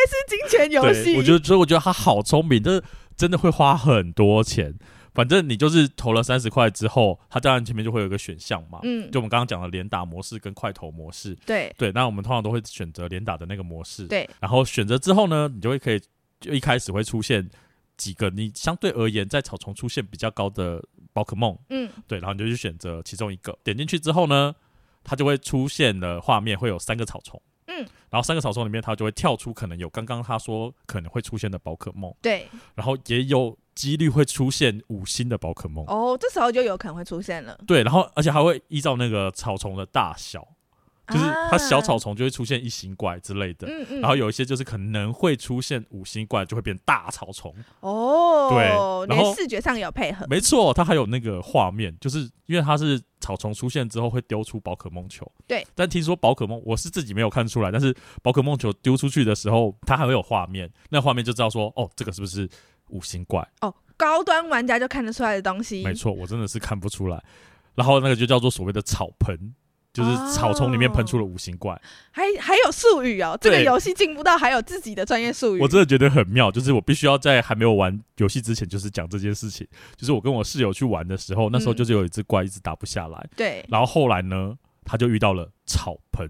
S2: 是金钱 *laughs* 游戏。
S1: 对，我觉得，所以我觉得他好聪明，就是真的会花很多钱。反正你就是投了三十块之后，它当然前面就会有一个选项嘛，
S2: 嗯，
S1: 就我们刚刚讲的连打模式跟快投模式。
S2: 对
S1: 对，那我们通常都会选择连打的那个模式。
S2: 对，
S1: 然后选择之后呢，你就会可以就一开始会出现几个你相对而言在草丛出现比较高的宝可梦，
S2: 嗯，
S1: 对，然后你就去选择其中一个，点进去之后呢，它就会出现了画面，会有三个草丛，
S2: 嗯，
S1: 然后三个草丛里面它就会跳出可能有刚刚他说可能会出现的宝可梦，
S2: 对。
S1: 然后也有几率会出现五星的宝可梦，
S2: 哦，这时候就有可能会出现了，
S1: 对，然后而且还会依照那个草丛的大小，就是它小草
S2: 啊，
S1: 丛就会出现一星怪之类的，
S2: 嗯嗯，
S1: 然后有一些就是可能会出现五星怪，就会变大草丛。
S2: 哦，
S1: 对然后
S2: 连视觉上也有配合，
S1: *laughs* 没错，它还有那个画面，就是因为它是草丛出现之后会丢出宝可梦球。
S2: 对，
S1: 但听说宝可梦我是自己没有看出来，但是宝可梦球丢出去的时候，它还会有画面，那画面就知道说，哦，这个是不是五星怪？
S2: 哦，高端玩家就看得出来的东西，
S1: 没错，我真的是看不出来。然后那个就叫做所谓的草盆。就是草丛里面喷出了五星怪，
S2: 还还有术语哦，这个
S1: 对
S2: 游戏进步到还有自己的专业术语。
S1: 我真的觉得很妙，就是我必须要在还没有玩游戏之前，就是讲这件事情。就是我跟我室友去玩的时候，那时候
S2: 嗯
S1: 就是有一只怪一直打不下来，
S2: 对，
S1: 然后后来呢，他就遇到了草盆，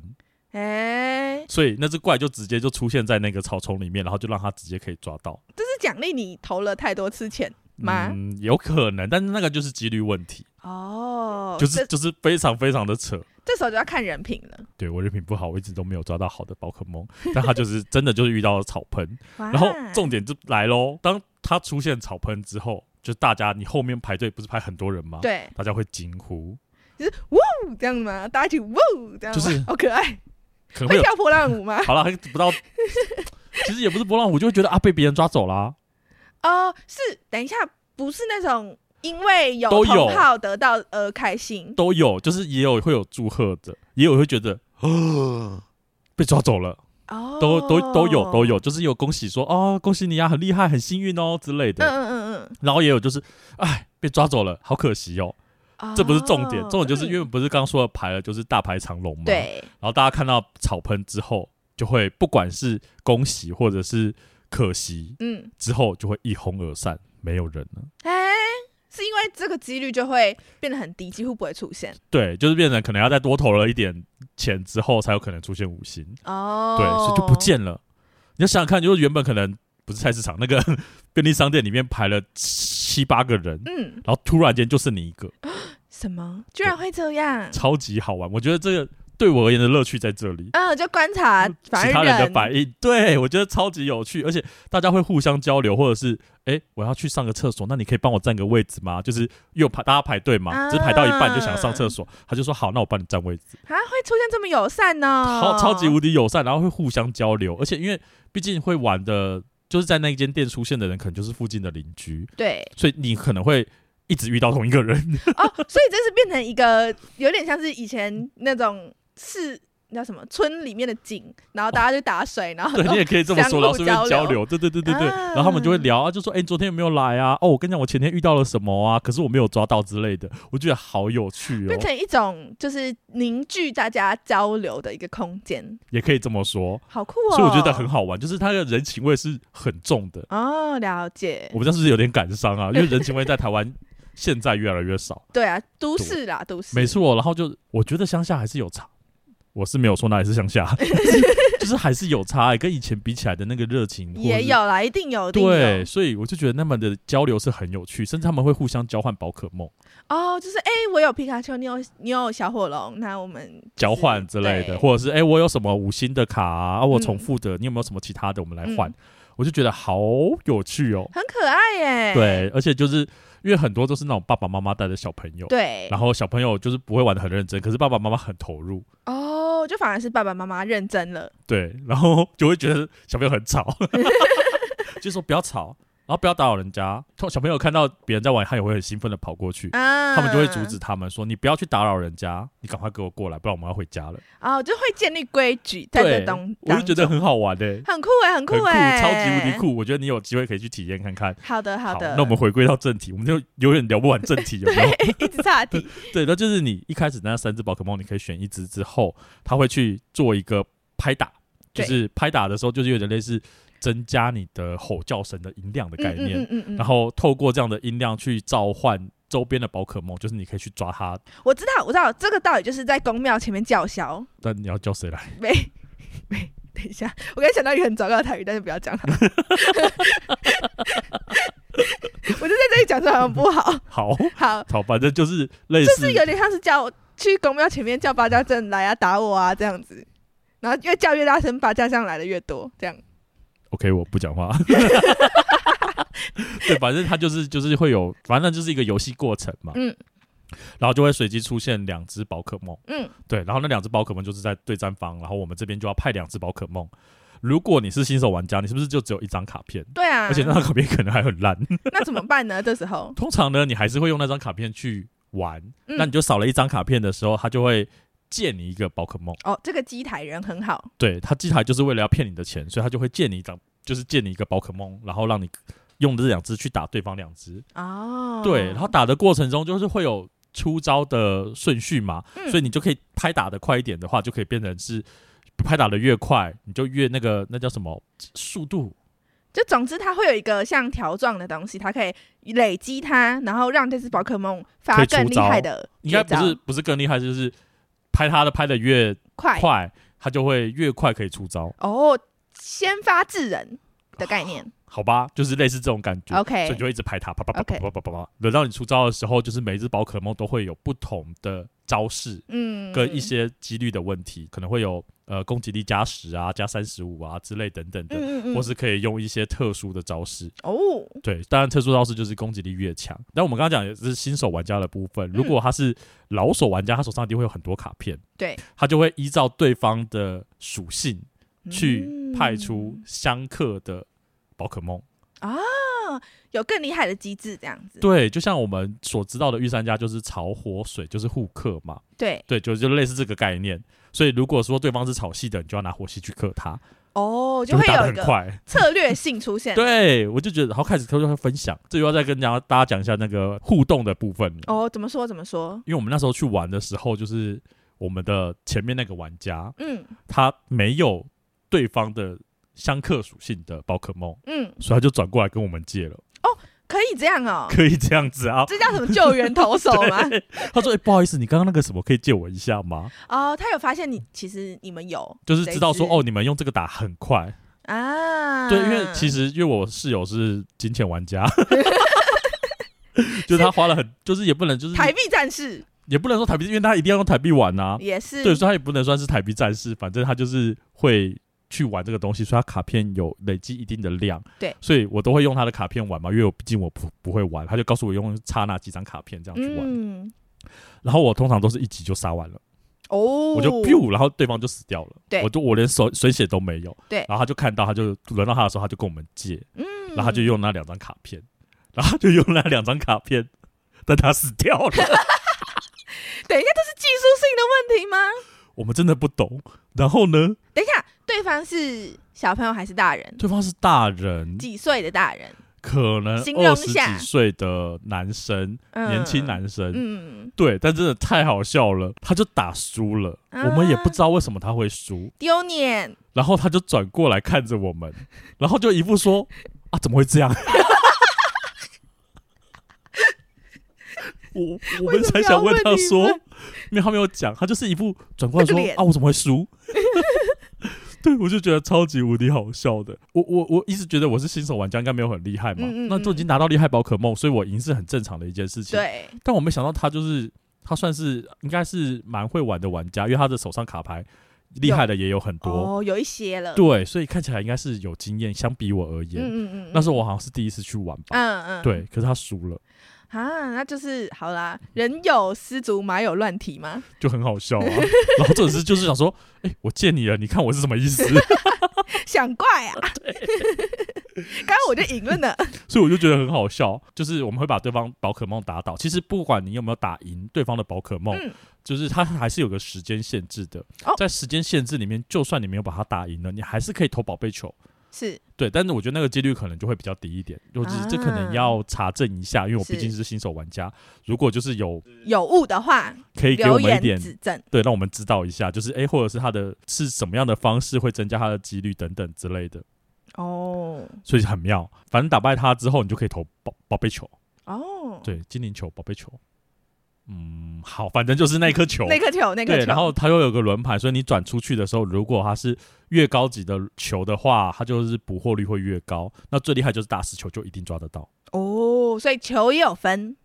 S2: 哎、
S1: 所以那只怪就直接就出现在那个草丛里面，然后就让他直接可以抓到。
S2: 这是奖励你投了太多次钱吗？
S1: 嗯，有可能，但是那个就是几率问题，
S2: 哦，
S1: 就是
S2: 这
S1: 就是非常非常的扯。
S2: 这时候就要看人品了。
S1: 对我人品不好，我一直都没有抓到好的宝可梦，但他就是 *laughs* 真的就是遇到了草盆，
S2: 然
S1: 然后重点就来喽，当他出现草喷之后，就大家你后面排队不是排很多人吗？，
S2: 对，
S1: 大家会惊呼，
S2: 就是哇哦这样子吗？大家一起哇哦这样吗
S1: 就是
S2: 好可爱，
S1: 可能会
S2: 会
S1: 有
S2: 跳波浪
S1: *laughs*
S2: 舞吗？
S1: 好了，还不到，其实也不是波浪舞，就会觉得啊被别人抓走啦。
S2: 哦，是，等一下，不是那种因为有
S1: 都有
S2: 同好得到而开心，
S1: 都有，就是也有会有祝贺的，也有会觉得啊被抓走了，
S2: 哦，
S1: 都都都有都有，就是有恭喜说哦恭喜你啊很厉害很幸运哦之类
S2: 嗯，
S1: 的，
S2: 嗯嗯嗯
S1: 然后也有就是哎被抓走了好可惜哦，
S2: 嗯，
S1: 这不是重点，
S2: 哦
S1: 重点就是因为
S2: 嗯
S1: 不是刚说的排了就是大排长龙嘛，
S2: 对，
S1: 然后大家看到草喷之后，就会不管是恭喜或者是可惜，
S2: 嗯，
S1: 之后就会一哄而散，没有人了。
S2: 哎，是因为这个几率就会变得很低，几乎不会出现
S1: 对，就是变成可能要再多投了一点钱之后，才有可能出现五星。
S2: 哦，
S1: 对，所以就不，见了。你要想想看，就是原本可能不是菜市场那个 *laughs* 便利商店里面排了七八个人，
S2: 嗯，
S1: 然后突然间就剩你一个，
S2: 什么居然会这样？
S1: 超级好玩。我觉得这个对我而言的乐趣在这里。
S2: 嗯，就观察反
S1: 其他人的反
S2: 应，
S1: 应，对我觉得超级有趣，而且大家会互相交流，或者是哎、诶我要去上个厕所，那你可以帮我占个位置吗？就是又排大家排队嘛，
S2: 啊
S1: 只是排到一半就想上厕所，他就说好，那我帮你占位置，
S2: 啊，会出现这么友善呢、
S1: 超超级无敌友善，然后会互相交流，而且因为毕竟会玩的，就是在那间店出现的人，可能就是附近的邻居，
S2: 对
S1: 所以你可能会一直遇到同一个
S2: *laughs*
S1: 人，
S2: 哦，所以这是变成一个有点像是以前那种是那叫什么村里面的井，然后大家就打水，然后
S1: 对你也可以这么说，然
S2: 相
S1: 后
S2: 互
S1: 顺便
S2: 交
S1: 交
S2: 流
S1: 流，对对对对对，
S2: 啊
S1: 然后他们就会聊啊，就说哎、你昨天有没有来啊？哦，我跟你讲，我前天遇到了什么啊？可是我没有抓到之类的，我觉得好有趣哦
S2: 变，成一种就是凝聚大家交流的一个空间，
S1: 也可以这么说，
S2: 好酷哦！
S1: 所以我觉得很好玩，就是它的人情味是很重的，
S2: 哦，了解
S1: 我，不知道是不是有点感伤啊，因为人情味在台湾现在越来越少，
S2: 对啊，都市啦，都市，
S1: 没错，然后就我觉得乡下还是有差。我是没有说哪里是乡
S2: *laughs*
S1: 下， *laughs* 就是还是有差、欸，跟以前比起来的那个热情或者
S2: 也
S1: 是
S2: 有啦，一定有，一定
S1: 对，
S2: 有
S1: 所以我就觉得他们的交流是很有趣，甚至他们会互相交换宝可梦、
S2: 哦，就是哎、我有皮卡丘，你有你有小火龙，那我们
S1: 交换之类
S2: 对
S1: 的，或者是哎、诶我有什么五星的卡啊，啊我
S2: 嗯
S1: 重复的，你有没有什么其他的，我们来换？
S2: 嗯
S1: 我就觉得好有趣哦。
S2: 很可爱耶，
S1: 对，而且就是因为很多都是那种爸爸妈妈带的小朋友，
S2: 对
S1: 然后小朋友就是不会玩的很认真，可是爸爸妈妈很投入，
S2: 哦，就反而是爸爸妈妈认真了， *laughs*
S1: 对，然后就会觉得小朋友很吵，就说不要吵，然后不要打扰人家。通小朋友看到别人在玩，他也会很兴奋的跑过去，
S2: 啊，
S1: 他们就会阻止他们说：“你不要去打扰人家，你赶快给我过来，不然我们要回家了。
S2: 哦，就会建立规矩在这
S1: 对
S2: 东”，
S1: 我就觉
S2: 当
S1: 得
S2: 中
S1: 很好玩诶、
S2: 很酷哎、很酷
S1: 很酷，
S2: 哎、
S1: 超级无敌。酷！我觉得你有机会可以去体验看看。
S2: 好的，好的，
S1: 那我们回归到正题，我们就有点聊不完正题，有没有？
S2: 一直岔
S1: *laughs*
S2: 题。
S1: 对，那就是你一开始那三只宝可梦，你可以选一只之后，它会去做一个拍打，就
S2: 对
S1: 是拍打的时候，就是有点类似增加你的吼叫声的音量的概念，
S2: 嗯嗯嗯嗯嗯
S1: 然后透过这样的音量去召唤周边的宝可梦，就是你可以去抓它，
S2: 我知道，我知道，这个道理就是在公庙前面叫嚣。
S1: 但你要叫谁来？ *laughs*
S2: 没没，等一下，我刚才想到一个很糟糕的台语，但是不要讲 *laughs* 它。我就在这里讲，这好像不好。
S1: 好，
S2: 好，
S1: 好，反正就是类
S2: 就
S1: 似，
S2: 是有点像是叫我去公庙前面叫八家将来啊，打我啊这样子。然后越叫越大声，八家将来的越多，这样
S1: OK，我不讲
S2: *laughs*
S1: 话。对，反正它就是就是会有，反正就是一个游戏过程嘛。
S2: 嗯。
S1: 然后就会随机出现两只宝可梦。
S2: 嗯。
S1: 对，然后那两只宝可梦就是在对战方，然后我们这边就要派两只宝可梦。如果你是新手玩家，你是不是就只有一张卡片？
S2: 对啊。
S1: 而且那张卡片可能还很烂。
S2: 那怎么办呢？这时候，
S1: 通常呢，你还是会用那张卡片去玩。
S2: 嗯
S1: 那你就少了一张卡片的时候，它就会借你一个宝可梦。
S2: 哦，这个机台人很好，
S1: 对他机台就是为了要骗你的钱，所以他就会借你一张，就是借你一个宝可梦，然后让你用这两只去打对方两只。
S2: 哦，
S1: 对，然后打的过程中就是会有出招的顺序嘛，
S2: 嗯
S1: 所以你就可以拍打的快一点的话，就可以变成是拍打的越快，你就越那个那叫什么速度。
S2: 就总之它会有一个像条状的东西，它可以累积它，然后让这只宝可梦
S1: 可
S2: 发
S1: 以出
S2: 更厉
S1: 招
S2: 害的
S1: 应该
S2: 绝
S1: 不
S2: 招
S1: 是不是更厉害，就是拍他的拍的越
S2: 快
S1: 快，他就会越快可以出招，
S2: 哦，先发制人的概念。
S1: 好吧？就是类似这种感觉。所以
S2: OK，
S1: 你就一直拍它，啪啪啪啪
S2: OK
S1: 啪啪啪啪。轮到你出招的时候，就是每一只宝可梦都会有不同的招式
S2: 嗯，
S1: 跟一些几率的问题，可能会有呃攻击力加十啊、加三十五啊之类等等的，
S2: 嗯，嗯嗯
S1: 或
S2: 嗯，
S1: 是可以用一些特殊的招式。
S2: 哦，
S1: 对，当然特殊招式就是攻击力越强。但我们刚刚讲也是新手玩家的部分，
S2: 嗯
S1: 如果他是老手玩家，他手上一定会有很多卡片，
S2: 对，
S1: 他就会依照对方的属性去
S2: 嗯
S1: 派出相克的宝可梦。
S2: 有更厉害的机制这样子。
S1: 对，就像我们所知道的御三家就是草火水，就是互克嘛。
S2: 对，
S1: 对，就就类似这个概念。所以如果说对方是草系的，你就要拿火系去克他，
S2: 哦，
S1: 就
S2: 会
S1: 打得
S2: 有一
S1: 很
S2: 个
S1: 快。
S2: 策略性出现。，
S1: *laughs* 对，我就觉得，然后开始偷偷分享，这又要再跟大家大家讲一下那个互动的部分了。
S2: 哦，怎么说怎么说？
S1: 因为我们那时候去玩的时候，就是我们的前面那个玩家，
S2: 嗯
S1: 他没有对方的相克属性的宝可梦，
S2: 嗯，
S1: 所以他就转过来跟我们借了，
S2: 可以这样哦，
S1: *laughs* 可以这样子啊。
S2: 这叫什么救援投手吗？
S1: *laughs* 他说：“哎、不好意思，你刚刚那个什么可以借我一下吗
S2: 哦，他有发现你，其实你们有？”，
S1: 就是知道说
S2: 谁知
S1: 哦，你们用这个打很快，
S2: 啊，
S1: 对，因为其实因为我室友是金钱玩
S2: *laughs*
S1: 家，就是他花了很，就是也不能就是
S2: 台币战士
S1: 也不能说台币，因为他一定要用台币玩啊，
S2: 也是
S1: 对，所以他也不能算是台币战士，反正他就是会去玩这个东西，所以他卡片有累积一定的量。
S2: 对，
S1: 所以我都会用他的卡片玩嘛，因为我毕竟我不不会玩，他就告诉我用差那几张卡片这样去玩。
S2: 嗯，
S1: 然后我通常都是一集就杀完了，
S2: 哦，
S1: 我就 biu，然后对方就死掉了。
S2: 对
S1: 我就我连手水血都没有。
S2: 对
S1: 然后他就看到，他就轮到他的时候，他就跟我们借，
S2: 嗯，
S1: 然后他就用那两张卡片，然后他就用那两张卡片，但他死掉了。
S2: 等一下，这是技术性的问题吗？
S1: 我们真的不懂。然后呢，
S2: 等一下，对方是小朋友还是大人？
S1: 对方是大人，
S2: 几岁的大人？
S1: 可能
S2: 形容
S1: 二
S2: 一
S1: 十
S2: 下
S1: 几岁的男生，
S2: 嗯
S1: 年轻，男生，
S2: 嗯，
S1: 对，但真的太好笑了，他就打输了，
S2: 啊
S1: 我们也不知道为什么他会输，
S2: 丢脸，
S1: 然后他就转过来看着我们， *laughs* 然后就一副说啊，怎么会这样？ *laughs* 我我们才想问他
S2: 为什么
S1: 说
S2: 要问，
S1: 因为他没有讲，他就是一副转过来说
S2: 那个脸
S1: 啊，我怎么会输？ *laughs* 对，我就觉得超级无敌好笑的。我我我一直觉得我是新手玩家，应该没有很厉害嘛，
S2: 嗯嗯嗯
S1: 那都已经拿到厉害宝可梦，所以我赢是很正常的一件事情。
S2: 对，
S1: 但我没想到他就是他算是应该是蛮会玩的玩家，因为他的手上卡牌厉害的也有很多，
S2: 哦，有一些了，
S1: 对，所以看起来应该是有经验。相比我而言，
S2: 嗯嗯嗯，
S1: 那时候我好像是第一次去玩吧，
S2: 嗯嗯，
S1: 对，可是他输了，
S2: 啊，那就是好啦，人有失足，马有乱蹄 *laughs* 嘛。
S1: 就很好笑啊。然后这只就是想 *laughs* 说，哎、我借你了，你看我是什么意思？
S2: 想怪啊！刚刚我就赢了呢。
S1: *laughs* 所以我就觉得很好笑，就是我们会把对方宝可梦打倒。其实不管你有没有打赢对方的宝可梦，
S2: 嗯
S1: 就是它还是有个时间限制的。
S2: 哦
S1: 在时间限制里面，就算你没有把它打赢了，你还是可以投宝贝球。
S2: 是，
S1: 对，但是我觉得那个几率可能就会比较低一点，尤其是这可
S2: 啊
S1: 能要查证一下，因为我毕竟是新手玩家。如果就是有
S2: 有误的话
S1: 可以给我
S2: 留
S1: 们一
S2: 言
S1: 点
S2: 指正。
S1: 对，让我们知道一下，就是诶，或者是他的是什么样的方式会增加他的几率等等之类的，
S2: 哦
S1: 所以很妙。反正打败他之后，你就可以投宝宝贝球，
S2: 哦，
S1: 对，精灵球、宝贝球。嗯，好，反正就是那颗球。
S2: 那颗球，那颗
S1: 对，
S2: 球，
S1: 然后它又有个轮盘，所以你转出去的时候，如果它是越高级的球的话，它就是捕获率会越高。那最厉害就是大师球，就一定抓得到。
S2: 哦，所以球也有分。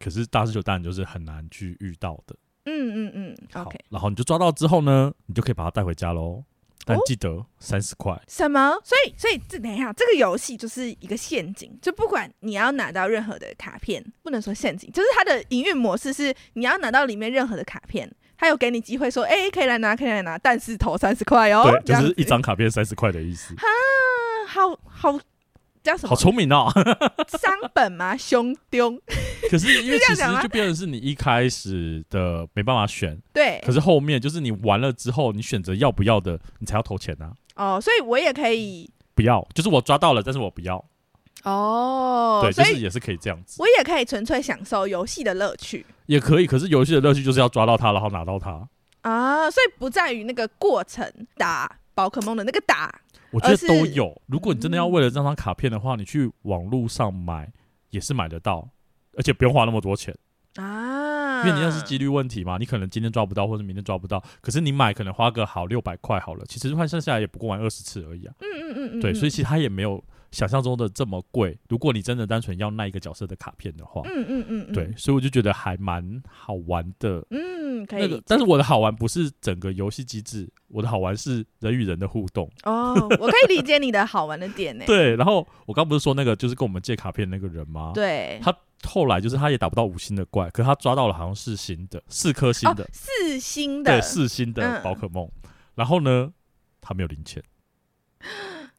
S1: 可是大师球当然就是很难去遇到的。
S2: 嗯嗯嗯
S1: 好
S2: ，OK。
S1: 然后你就抓到之后呢，你就可以把它带回家喽。但
S2: 哦
S1: 记得三十块，
S2: 什么？所以所以这等一下，这个游戏就是一个陷阱，就不管你要拿到任何的卡片，不能说陷阱，就是它的营运模式是你要拿到里面任何的卡片，它有给你机会说，哎、可以来拿，可以来拿，但是投三十块哦，
S1: 对，
S2: 这
S1: 就
S2: 样
S1: 是
S2: 子
S1: 一张卡片三十块的意思。
S2: 啊，好好叫什
S1: 好
S2: 么？
S1: 聪明
S2: *laughs*
S1: 哦！
S2: 商
S1: *laughs*
S2: 本吗？凶丢？
S1: 可是因为其实
S2: 是这样讲吗
S1: 就变成是你一开始的没办法选，
S2: 对
S1: 可，是后面就是你玩了之后，你选择要不要的，你才要投钱啊。
S2: 哦，所以我也可以
S1: 不要，就是我抓到了，但是我不要。
S2: 哦，
S1: 对，
S2: 所
S1: 就是
S2: 以
S1: 也是可以这样子，
S2: 我也可以纯粹享受游戏的乐趣
S1: 也可以。可是游戏的乐趣就是要抓到它，然后拿到它。
S2: 啊，所以不在于那个过程打宝可梦的那个打
S1: 我觉得
S2: 而呃是
S1: 都有。如果你真的要为了这张卡片的话，你去网络上买也是买得到，而且不用花那么多钱。
S2: 啊，
S1: 因为你那是几率问题嘛，你可能今天抓不到，或者明天抓不到，可是你买可能花个好六百块好了，其实换算下来也不过玩二十次而已啊。
S2: 嗯嗯嗯嗯，
S1: 对，
S2: 嗯
S1: 所以其实它也没有想象中的这么贵。如果你真的单纯要那一个角色的卡片的话，
S2: 嗯嗯嗯嗯，
S1: 对，，所以我就觉得还蛮好玩的。
S2: 嗯可以
S1: 那
S2: 理
S1: 个
S2: 解，
S1: 但是我的好玩不是整个游戏机制，我的好玩是人与人的互动。
S2: 哦，我可以理解你的好玩的点
S1: *laughs*
S2: 呢，
S1: 对，然后我刚不是说那个就是跟我们借卡片那个人吗？，
S2: 对，
S1: 他后来就是他也打不到五星的怪，可是他抓到了好像是星的四颗星
S2: 哦
S1: 的，
S2: 四星
S1: 对，
S2: 的，
S1: 四星的
S2: 嗯
S1: 宝可梦。然后呢，他没有零钱， *gasps*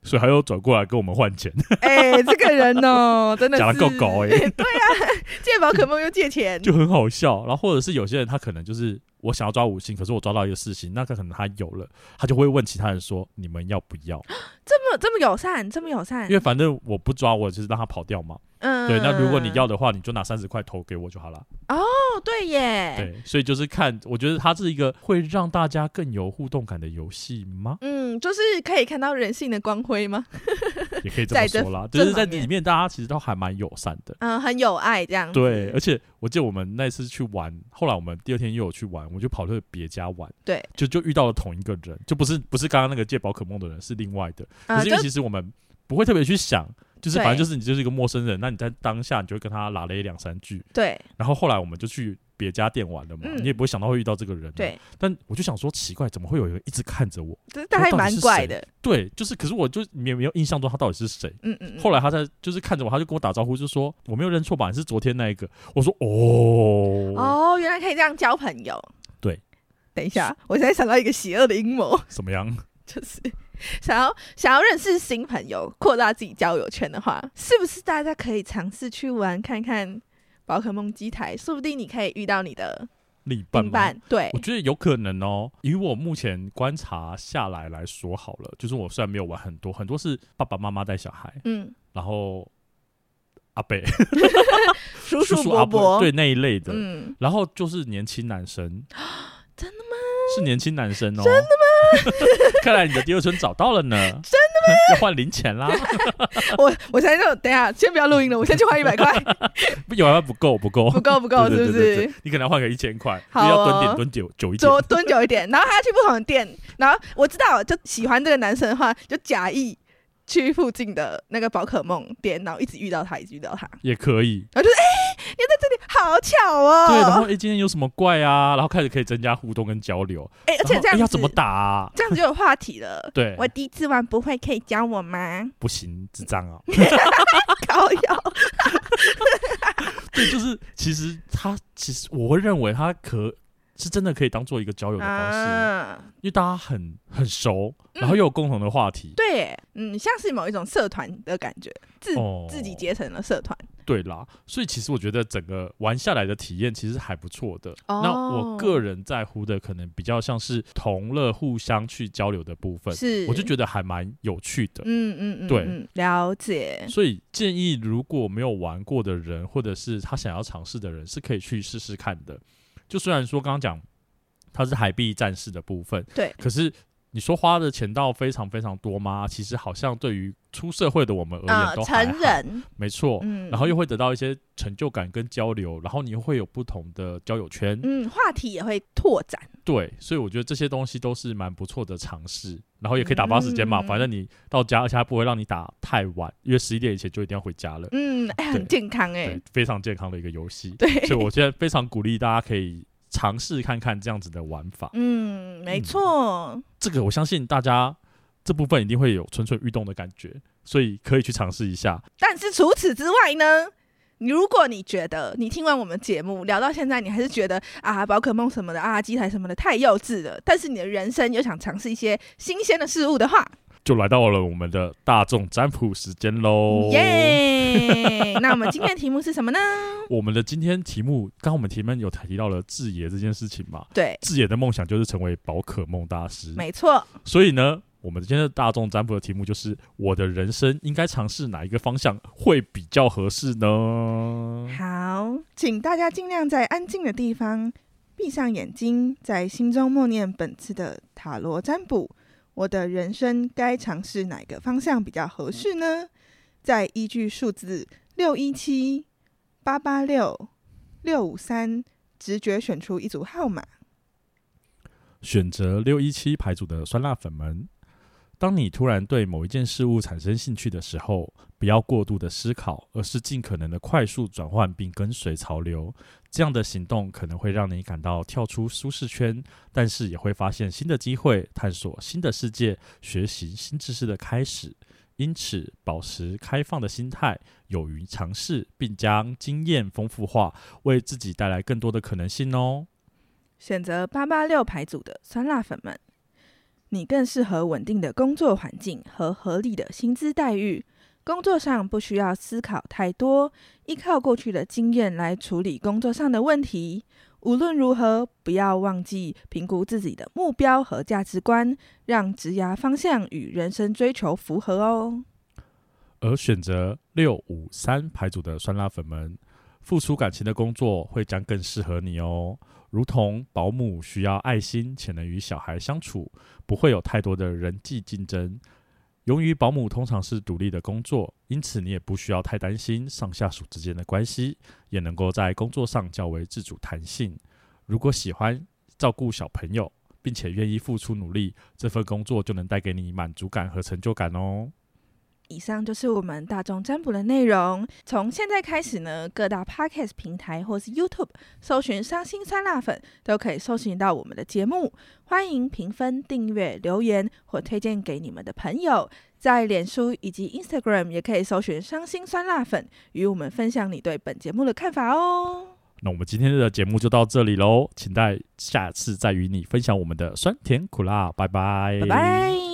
S1: 所以他又转过来跟我们换钱， *laughs*
S2: 哎，这个人哦，真的
S1: 讲
S2: 是
S1: 的
S2: 啊
S1: 够高
S2: *laughs*
S1: 哎、
S2: 借宝可梦又借钱，
S1: *laughs* 就很好笑。然后或者是有些人他可能就是我想要抓五星，可是我抓到一个四星，那个可能他有了，他就会问其他人说你们要不要？
S2: 嗯这么这么友善，这么友善
S1: 因，为反正我不抓，我就是让他跑掉嘛。
S2: 嗯，
S1: 对，那如果你要的话，你就拿三十块投给我就好了。
S2: 哦，对耶，？
S1: 对，所以就是看，我觉得它是一个会让大家更有互动感的游戏吗
S2: 嗯，就是可以看到人性的光辉吗？
S1: 也可以这么
S2: 在这
S1: 说啦，
S2: 这
S1: 就是在
S2: 方面
S1: 里面大家其实都还蛮友善的。
S2: 嗯，很有爱这样子。
S1: 对，而且我记得我们那次去玩，后来我们第二天又有去玩，我就跑去别家玩，
S2: 对，
S1: 就就遇到了同一个人，就不是不是刚刚那个借宝可梦的人，是另外的。可
S2: 啊，
S1: 是因
S2: 就
S1: 为其实我们不会特别去想，就是
S2: 对
S1: 反正就是你就是一个陌生人，那你在当下你就会跟他拉了一两三句，
S2: 对
S1: 然后后来我们就去别家店玩了嘛，
S2: 嗯
S1: 你也不会想到会遇到这个人、，啊
S2: 对，
S1: 但我就想说奇怪，怎么会有人一直看着我？
S2: 这大概
S1: 嗯到底
S2: 蛮
S1: 是
S2: 怪
S1: 谁
S2: 的。
S1: 对，就是，可是我就也没有印象中他到底是谁。
S2: 嗯嗯，嗯
S1: 后来他在就是看着我，他就跟我打招呼，就说我没有认错吧，你是昨天那一个。我说哦，
S2: 哦，原来可以这样交朋友。
S1: 对，
S2: 等一下，我现在想到一个邪恶的阴谋， *laughs*
S1: 怎么样？
S2: 就是想要想要认识新朋友，扩大自己交友圈的话，是不是大家可以尝试去玩看看宝可梦机台？说不定你可以遇到你的
S1: 另一半
S2: 另
S1: 吗？
S2: 伴。对
S1: 我，觉得有可能哦。以我目前观察下来来说好了，就是我虽然没有玩很多，很多是爸爸妈妈带小孩，
S2: 嗯，
S1: 然后阿伯、*laughs*
S2: 叔
S1: 叔
S2: 伯
S1: 阿
S2: 伯，
S1: 伯对那一类的，
S2: 嗯，。
S1: 然后就是年轻男 *gasps* 生
S2: 真的
S1: 吗？是年轻男生哦。真的吗？ *laughs* 看来你的第二春找到了呢。 *laughs* 真的吗？要换零钱啦， *laughs*
S2: 我我现在就等一下，先不要录音了，我先去换一
S1: *laughs*
S2: 百块，
S1: 不有啊，不够，不够，
S2: 不够不够，
S1: 哦对
S2: 是不
S1: 对对对
S2: 是？
S1: 你可能要换个一千块，
S2: 好
S1: 因为要
S2: 哦
S1: 蹲点蹲久久一点。
S2: 多蹲久一点，然后还要去不同的店，然后我知道，就喜欢这个男生的话，就假意去附近的那个宝可梦店，然后一直遇到他，一直遇到他，
S1: 也可以，
S2: *laughs* 好巧哦。
S1: 对，然后诶，今天有什么怪啊？然后开始可以增加互动跟交流，
S2: 哎、而且
S1: 然后
S2: 这
S1: 诶
S2: 样子
S1: 要怎么打啊？。
S2: 这样就有话题了
S1: 对，
S2: 我第一次玩不会，可以教我吗？
S1: 不行，智障
S2: *laughs*
S1: 啊！
S2: 高腰，
S1: 对，就是其实他其实我会认为他可是真的可以当做一个交友的方式，
S2: 啊，
S1: 因为大家很很熟，
S2: 嗯
S1: 然后又有共同的话题。
S2: 对耶，嗯，像是某一种社团的感觉，自、
S1: 哦
S2: 自己结成了社团。
S1: 对啦，所以其实我觉得整个玩下来的体验其实还不错的。
S2: 哦
S1: 那我个人在乎的可能比较像是同乐互相去交流的部分，
S2: 是，
S1: 我就觉得还蛮有趣的。
S2: 嗯嗯嗯，
S1: 对
S2: 嗯，了解。
S1: 所以建议，如果没有玩过的人，或者是他想要尝试的人，是可以去试试看的。就虽然说刚刚讲它是海币战士的部分，
S2: 对
S1: 可是你说花的钱到非常非常多吗？其实好像对于出社会的我们而
S2: 啊、
S1: 言都还好、
S2: 成人，
S1: 没错。
S2: 嗯，
S1: 然后又会得到一些成就感跟交流，然后你又会有不同的交友圈，
S2: 嗯，话题也会拓展。
S1: 对，所以我觉得这些东西都是蛮不错的尝试，然后也可以打发时间嘛，
S2: 嗯
S1: 反正你到家，而且它不会让你打太晚，因为十一点以前就一定要回家了，
S2: 嗯，哎、
S1: 对
S2: 很健康哎、
S1: 对，非常健康的一个游戏，
S2: 对，
S1: 所以我现在非常鼓励大家可以尝试看看这样子的玩法，
S2: 嗯，没
S1: 嗯
S2: 错，
S1: 这个我相信大家这部分一定会有蠢蠢欲动的感觉，所以可以去尝试一下，
S2: 但是除此之外呢，你如果你觉得你听完我们节目聊到现在，你还是觉得啊宝可梦什么的啊机台什么的太幼稚了，但是你的人生又想尝试一些新鲜的事物的话，
S1: 就来到了我们的大众占卜时间喽，
S2: 嗯耶、 *laughs* 那我们今天的题目是什么呢？
S1: 我们的今天题目，刚刚我们题目有提到了志野这件事情嘛？
S2: 对，
S1: 志野的梦想就是成为宝可梦大师，
S2: 没错，
S1: 所以呢，我们今天的大众占卜的题目就是：我的人生应该尝试哪一个方向会比较合适呢？
S2: 好，请大家尽量在安静的地方闭上眼睛，在心中默念本次的塔罗占卜。我的人生该尝试哪个方向比较合适呢？再依据数字六一七、八八六、六五三，直觉选出一组号码。
S1: 选择六一七牌组的酸辣粉们，当你突然对某一件事物产生兴趣的时候，不要过度的思考，而是尽可能的快速转换并跟随潮流。这样的行动可能会让你感到跳出舒适圈，但是也会发现新的机会，探索新的世界，学习新知识的开始。因此，保持开放的心态，勇于尝试，并将经验丰富化，为自己带来更多的可能性哦。
S2: 选择八八六牌组的酸辣粉们，你更适合稳定的工作环境和合理的薪资待遇。工作上不需要思考太多，依靠过去的经验来处理工作上的问题。无论如何，不要忘记评估自己的目标和价值观，让职涯方向与人生追求符合哦。
S1: 而选择六五三牌组的酸辣粉们，付出感情的工作会将更适合你哦。如同保姆需要爱心且能与小孩相处，不会有太多的人际竞争。由于保姆通常是独立的工作，因此你也不需要太担心上下属之间的关系，也能够在工作上较为自主弹性。如果喜欢照顾小朋友，并且愿意付出努力，这份工作就能带给你满足感和成就感哦。
S2: 以上就是我们大众占卜的内容。从现在开始呢，各大 podcast 平台或是 YouTube 搜寻“伤心酸辣粉”，都可以搜寻到我们的节目。欢迎评分、订阅、留言或推荐给你们的朋友。在脸书以及 Instagram 也可以搜寻“伤心酸辣粉”，与我们分享你对本节目的看法哦。
S1: 那我们今天的节目就到这里喽，请待下次再与你分享我们的酸甜苦辣，拜拜，
S2: 拜拜。